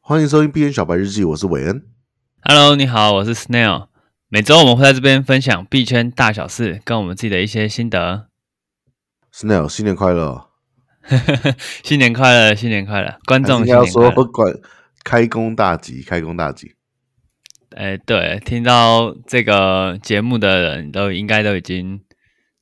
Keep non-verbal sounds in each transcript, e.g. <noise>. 欢迎收听《币圈小白日记》，我是韦恩。 Hello，你好，我是 Snail。每周我们会在这边分享币圈大小事，跟我们自己的一些心得。 <laughs> Snail，新年快乐！新年快乐，新年快乐，观众还是新应该要年快说乐。快开工大吉，开工大吉。哎，对，听到这个节目的人都应该都已经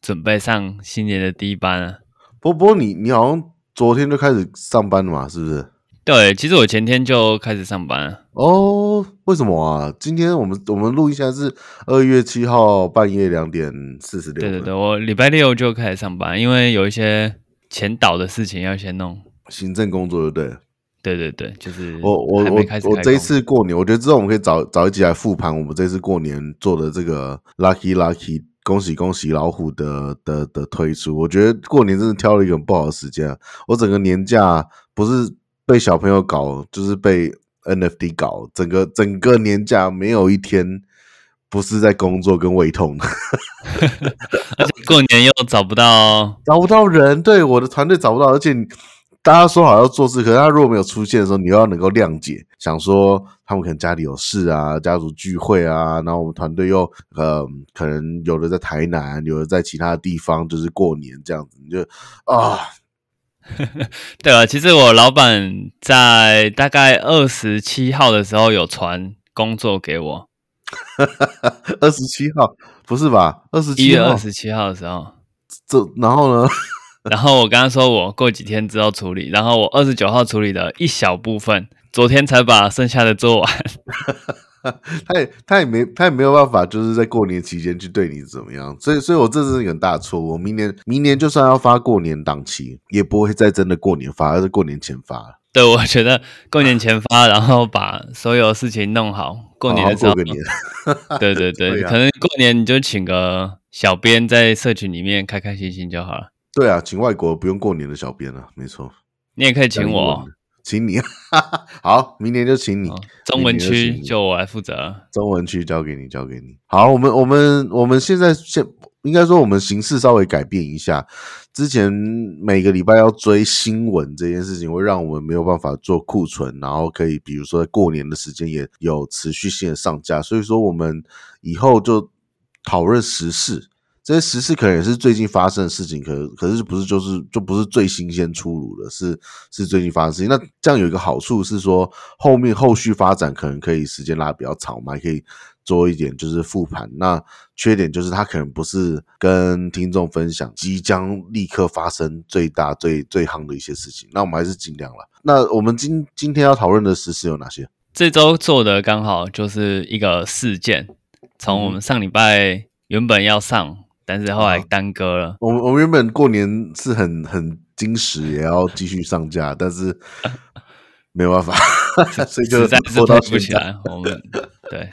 准备上新年的第一班了。波波，你你好像昨天就开始上班了嘛？是不是？对，其实我前天就开始上班了。哦，为什么啊？今天我们我们录音现在是二月七号半夜两点四十六对分。对对，我礼拜六就开始上班，因为有一些前导的事情要先弄。行政工作就对了。对对对，就是我我还我没开始我开这一工次过年，我觉得之后我们可以找找一集来复盘我们这次过年做的这个 Lucky Lucky 恭喜恭喜老虎的的的推出。我觉得过年真的挑了一个很不好的时间啊、我整个年假不是被小朋友搞，就是被 NFT 搞，整个整个年假没有一天不是在工作跟胃痛的，而且过年又找不到，找不到人，对我的团队找不到，而且你大家说好要做事，可是他如果没有出现的时候，你又要能够谅解，想说他们可能家里有事啊，家族聚会啊，然后我们团队又呃，可能有的在台南，有的在其他地方，就是过年这样子，你就啊，对啊了，其实我老板在大概二十七号的时候有传工作给我，二十七号不是吧？二十一七月号二十七号的时候，这然后呢？然后我跟他说我过几天之后处理，然后我二十九号处理了一小部分，昨天才把剩下的做完。 <laughs> 他也他也没他也没有办法，就是在过年期间去对你怎么样，所以所以我这是一个很大的错误。我明年明年就算要发过年档期，也不会再真的过年发，而是过年前发了。对，我觉得过年前发，然后把所有事情弄好，过年的时好好候哦过个年，对对对， <laughs> 对啊可能过年你就请个小编在社群里面开开心心就好了。对啊，请外国不用过年的小编啊，没错，你也可以请我哦，请你， <laughs> 好，明年就请你，哦中文明年就区请你就我来负责。中文区交给你，交给你。好，我们我们我们现在现应该说我们形式稍微改变一下，之前每个礼拜要追新闻这件事情，会让我们没有办法做库存，然后可以比如说在过年的时间也有持续性的上架，所以说我们以后就讨论时事。这些时事可能也是最近发生的事情，可可是不是就是就不是最新鲜出炉的，是是最近发生的事情。那这样有一个好处是说，后面后续发展可能可以时间拉得比较长，我们还可以做一点就是复盘。那缺点就是它可能不是跟听众分享即将立刻发生最大最最夯的一些事情，那我们还是尽量了。那我们今今天要讨论的时事有哪些？这周做的刚好就是一个事件，从我们上礼拜原本要上，但是后来啊耽搁了。我们我们原本过年是很很矜持，也要继续上架，但 <laughs> 是没有办法， <laughs> 所以就实在是拖到配现不起在。来，我们对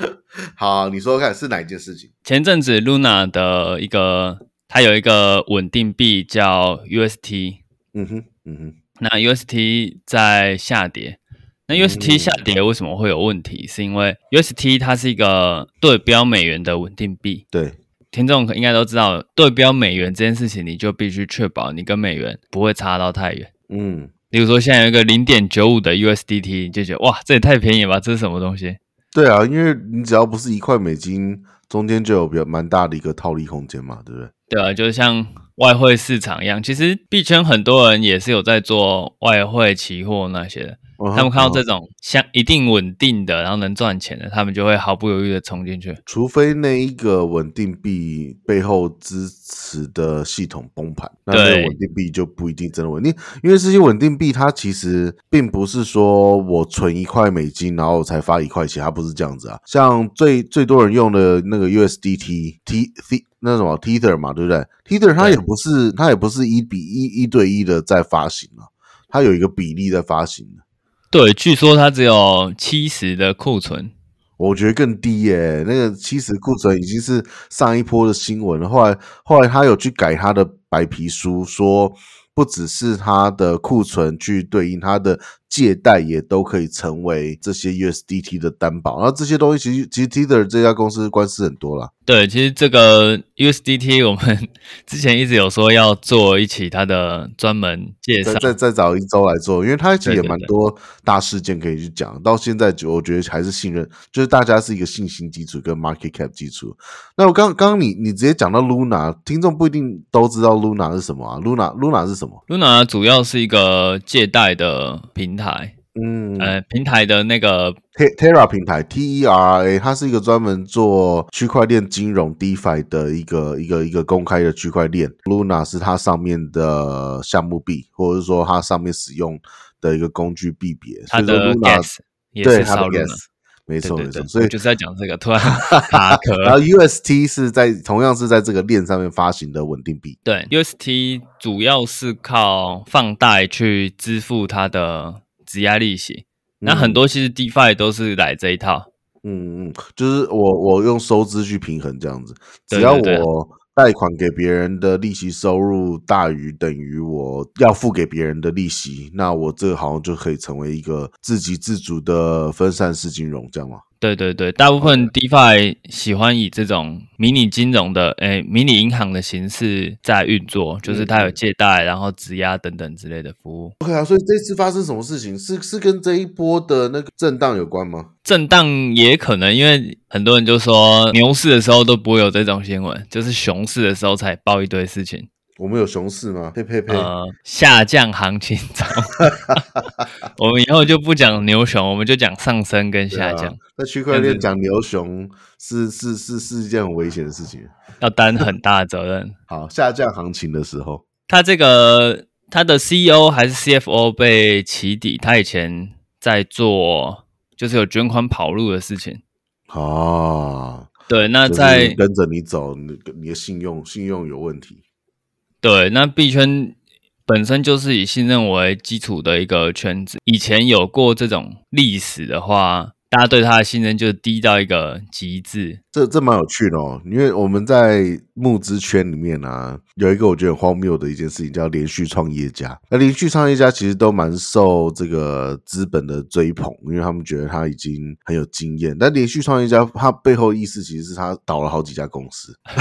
好，你说说看是哪一件事情？前阵子 Luna 的一个，它有一个稳定币叫 UST，嗯哼，嗯哼。那 UST 在下跌，那嗯 UST 下跌为什么会有问题？是因为 UST 它是一个对标美元的稳定币，对，听众应该都知道，对标美元这件事情，你就必须确保你跟美元不会差到太远。嗯，例如说，现在有一个零点九五的 USDT，你就觉得哇，这也太便宜了吧？这是什么东西？对啊，因为你只要不是一块美金，中间就有比较蛮大的一个套利空间嘛，对不对？对啊，就像外汇市场一样，其实币圈很多人也是有在做外汇期货那些的。嗯哼他们看到嗯哼这种像一定稳定的，然后能赚钱的，他们就会毫不犹豫的冲进去。除非那一个稳定币背后支持的系统崩盘，那那个对稳定币就不一定真的稳定，因为这些稳定币它其实并不是说我存一块美金，然后我才发一块钱，它不是这样子啊。像最最多人用的那个 USDT T T 那什么 Tether 嘛，对不对？Tether 它对也不是它也不是一比一一对一的在发行啊，它有一个比例在发行的。对，据说它只有七十的库存，我觉得更低耶、那个七十库存已经是上一波的新闻了。后来后来他有去改他的白皮书，说不只是他的库存去对应他的借贷也都可以成为这些 USDT 的担保。然后这些东西其实其实 Tether 这家公司官司很多啦，对，其实这个 USDT 我们 <laughs> 之前一直有说要做一起它的专门介再绍，再再找一周来做，因为它其实也对对蛮对多大事件可以去讲。到现在，就我觉得还是信任，就是大家是一个信心基础跟 market cap 基础。那我刚刚刚你你直接讲到 Luna，听众不一定都知道 Luna 是什么啊？Luna Luna 是什么？ Luna 啊主要是一个借贷的平台，嗯，呃，平台的那个 Te- Terra 平台 T E R A，它是一个专门做区块链金融 DeFi 的一个一个一个公开的区块链。Luna 是它上面的项目币，或者是说它上面使用的一个工具币别。所它以说的 Luna Gas 也对是它的烧 Gas， Luna，没对错没对错对，，所以我就是要讲这个， <laughs> 突然卡壳然后 UST 是在同样是在这个链上面发行的稳定币。对，UST 主要是靠放贷去支付它的质押利息。嗯那很多其实 DeFi 都是来这一套，嗯嗯，嗯就是我我用收支去平衡这样子，只对要对对啊我贷款给别人的利息收入大于等于我要付给别人的利息，那我这好像就可以成为一个自给自足的分散式金融，这样吗？对对对，大部分 DeFi 喜欢以这种迷你金融的，诶，迷你银行的形式在运作，就是它有嗯借贷，然后质押等等之类的服务。 OK 啊，所以这次发生什么事情是是跟这一波的那个震荡有关吗？震荡也可能，因为很多人就说牛市的时候都不会有这种新闻，就是熊市的时候才爆一堆事情。我们有熊市吗？呸呸呸！呃，下降行情 <laughs> 中，我们以后就不讲牛熊，我们就讲上升跟对啊下降，在区块链讲牛熊是是是是一件很危险的事情。要担很大的责任。好，下降行情的时候，他这个他的 CEO 还是 CFO 被起底，他以前在做就是有捐款跑路的事情。啊，对，那就是在跟着你走，你你的信用信用有问题。对那币圈本身就是以信任为基础的一个圈子，以前有过这种历史的话，大家对他的信任就低到一个极致。这这蛮有趣的哦，因为我们在募资圈里面啊，有一个我觉得很荒谬的一件事情叫连续创业家。那连续创业家其实都蛮受这个资本的追捧，因为他们觉得他已经很有经验。但连续创业家他背后意思其实是他倒了好几家公司， <laughs>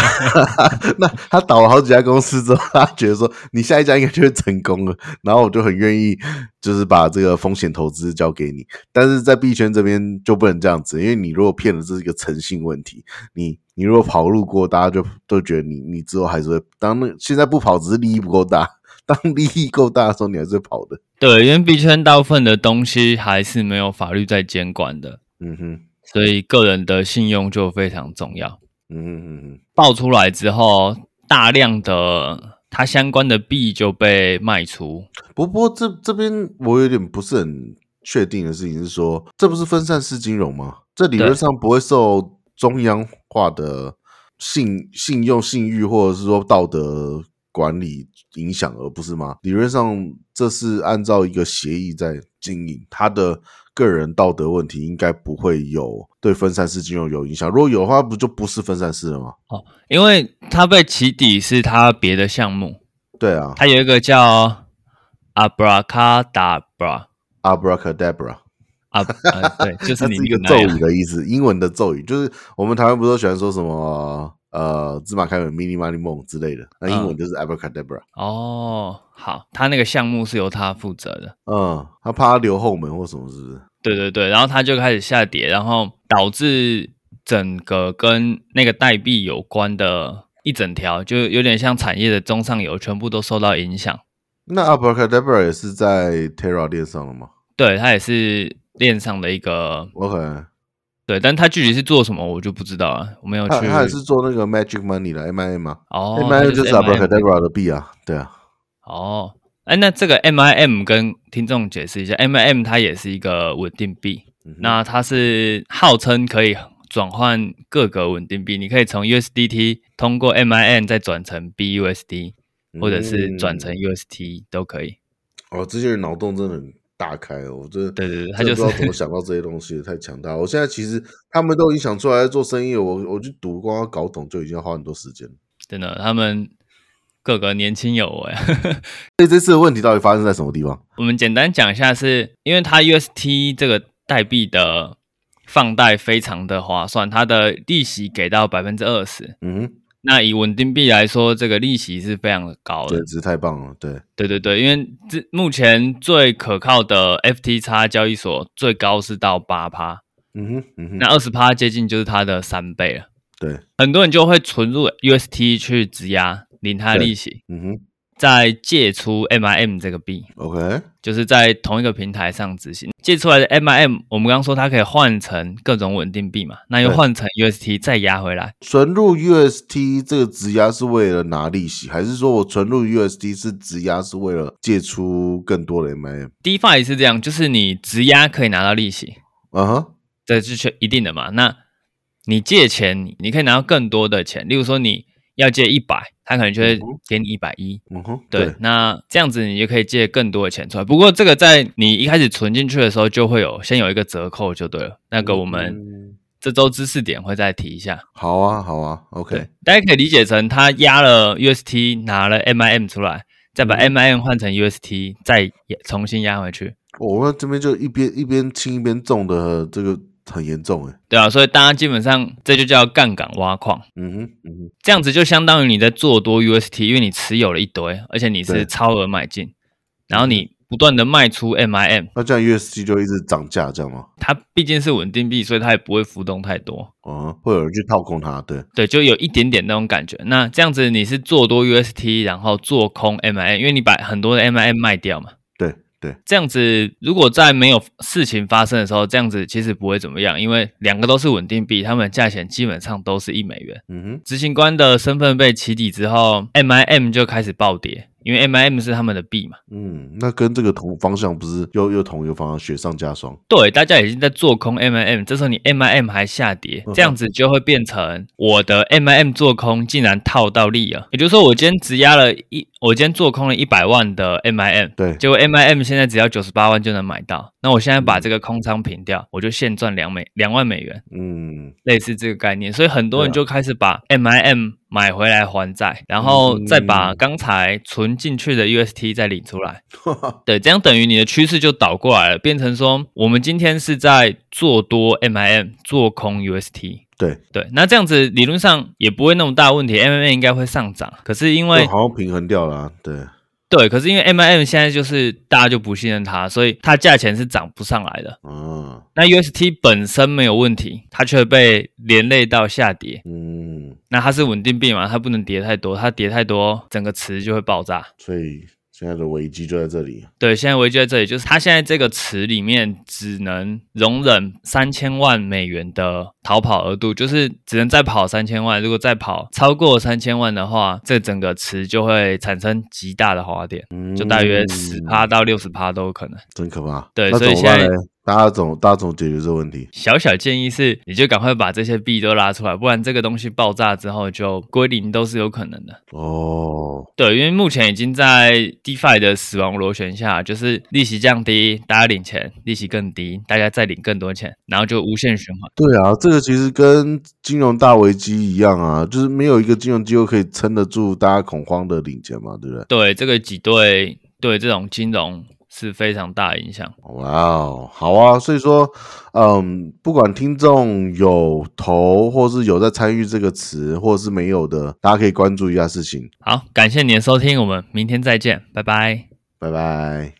那他倒了好几家公司之后，他觉得说你下一家应该就会成功了，然后我就很愿意就是把这个风险投资交给你。但是在币圈这边就不能这样子，因为你如果骗了，这是一个诚信问题。你你如果跑路过，大家就都觉得你你之后还是会当那现在不跑，只是利益不够大。当利益够大的时候，你还是会跑的。对，因为币圈大部分的东西还是没有法律在监管的，嗯哼，所以个人的信用就非常重要。嗯哼嗯哼，爆出来之后，大量的它相关的币就被卖出。不过这这边我有点不是很确定的事情是说，这不是分散式金融吗？这理论对上不会受中央化的信信用、信誉或者是说道德管理影响，而不是吗？理论上这是按照一个协议在经营，他的个人道德问题应该不会有对分散式金融有影响。如果有的话，不就不是分散式了吗？因为它被起底是它别的项目，对啊它有一个叫 Abracadabra ，abracadabra。啊， <laughs> 呃对，就是它你是一个念咒那语样啊的意思，英文的咒语，就是我们台湾不是都喜欢说什么呃芝麻开门 mini money 梦之类的，那英文嗯就是 abracadabra。哦。好，它那个项目是由它负责的，嗯，他怕他留后门或什么，是不是？对对对，然后它就开始下跌，然后导致整个跟那个代币有关的一整条，就有点像产业的中上游，全部都受到影响。那 abracadabra 也是在 Terra 链上了吗对，它也是链上的一个？OK，对，但它具体是做什么我就不知道了，我没有去他他也是做那个 Magic Money 的 MIM 嘛哦，它，MIM 就是 MIM abracadabra 的币啊，对啊。哦，哎，那这个 MIM 跟听众解释一下，MIM 它也是一个稳定币，嗯哼那它是号称可以转换各个稳定币，你可以从 USDT 通过 MIM 再转成 BUSD，或者是转成嗯 UST 都可以。哦，这些人脑洞真的很大开哦，我真的对对对，它真就的不知道怎么是想到这些东西的，太强大了。我现在其实他们都已经想出来做生意了，我我去读，光要搞懂就已经要花很多时间了。真的，他们个个年轻有为。所以这次的问题到底发生在什么地方？我们简单讲一下是，因为它 UST 这个代币的放贷非常的划算，它的利息给到百分之二十。嗯哼，那以稳定币来说，这个利息是非常的高的简。直太棒了，对，对对对，因为这目前最可靠的 FTX 交易所最高是到八趴，嗯哼，嗯哼那，二十趴接近就是它的三倍了。对，很多人就会存入 UST 去质押，领它的利息，嗯哼再借出 MIM 这个币。 ，OK，就是在同一个平台上执行借出来的 MIM，我们刚刚说它可以换成各种稳定币嘛，那又对换成 UST 再压回来，存入 UST 这个质押是为了拿利息，还是说我存入 UST 是质押是为了借出更多的 MM？ DeFi 是这样，就是你质押可以拿到利息，啊哈，这是一定的嘛。那你借钱，你可以拿到更多的钱，例如说你要借一百，他可能就会给你一百一。嗯哼，对，，那这样子你就可以借更多的钱出来。不过这个在你一开始存进去的时候，就会有先有一个折扣就对了。那个我们嗯这周知识点会再提一下。好啊，好啊，OK，对，大家可以理解成他压了 UST，拿了 MIM 出来，再把 MIM 换成 UST，再也重新压回去。我们这边就一边一边轻一边重的，这个很严重哎，对啊，所以大家基本上这就叫杠杆挖矿，嗯哼，嗯哼，这样子就相当于你在做多 UST，因为你持有了一堆，而且你对是超额买进，然后你不断的卖出 MIM，那这样 UST 就一直涨价，这样吗？它毕竟是稳定币，所以它也不会浮动太多。嗯，会有人去套空它，对，对，就有一点点那种感觉。那这样子你是做多 UST，然后做空 MIM，因为你把很多的 MIM 卖掉嘛。对，对，这样子，如果在没有事情发生的时候，这样子其实不会怎么样，因为两个都是稳定币，它们的价钱基本上都是一美元。嗯哼，执行官的身份被起底之后，MIM 就开始暴跌，因为 MIM 是他们的币嘛。嗯，那跟这个同方向不是又又同一个方向，雪上加霜，对，大家已经在做空 MIM，这时候你 MIM 还下跌嗯哼，这样子就会变成我的 MIM 做空竟然套到利了，也就是说我今天只压了一，我今天做空了一百万的 MIM，对，结果 MIM 现在只要九十八万就能买到，那我现在把这个空仓平掉，我就现赚两美两万美元，嗯，类似这个概念。所以很多人对就开始把 MIM 买回来还债，然后再把刚才存进去的 UST 再领出来。对，这样等于你的趋势就倒过来了，变成说我们今天是在做多 MIM，做空 UST。对，对，那这样子理论上也不会那么大问题，MIM 应该会上涨。可是因为就好像平衡掉了啊、对，对，可是因为 M M 现在就是大家就不信任它，所以它价钱是涨不上来的。嗯那 U S T 本身没有问题，它却被连累到下跌。嗯，那它是稳定币嘛，它不能跌太多，它跌太多，整个池就会爆炸。所以现在的危机就在这里，啊对，现在危机在这里，就是它现在这个池里面只能容忍三千万美元的逃跑额度，就是只能再跑三千万。如果再跑超过三千万的话，这整个池就会产生极大的滑点，嗯，就大约十趴，到六十趴都有可能。真可怕。对那所以怎么办现呢？在大家总大家总解决这个问题，小小建议是，你就赶快把这些币都拉出来，不然这个东西爆炸之后就归零都是有可能的。哦，对，因为目前已经在 DeFi 的死亡螺旋下，就是利息降低，大家领钱，利息更低，大家再领更多钱，然后就无限循环。对啊，这个其实跟金融大危机一样啊，就是没有一个金融机构可以撑得住大家恐慌的领钱嘛，对不对？对，这个挤兑对这种金融是非常大的影响。哇哦，好啊！所以说，嗯，不管听众有投或是有在参与这个词，或是没有的，大家可以关注一下事情。好，感谢你的收听，我们明天再见，拜拜。拜拜。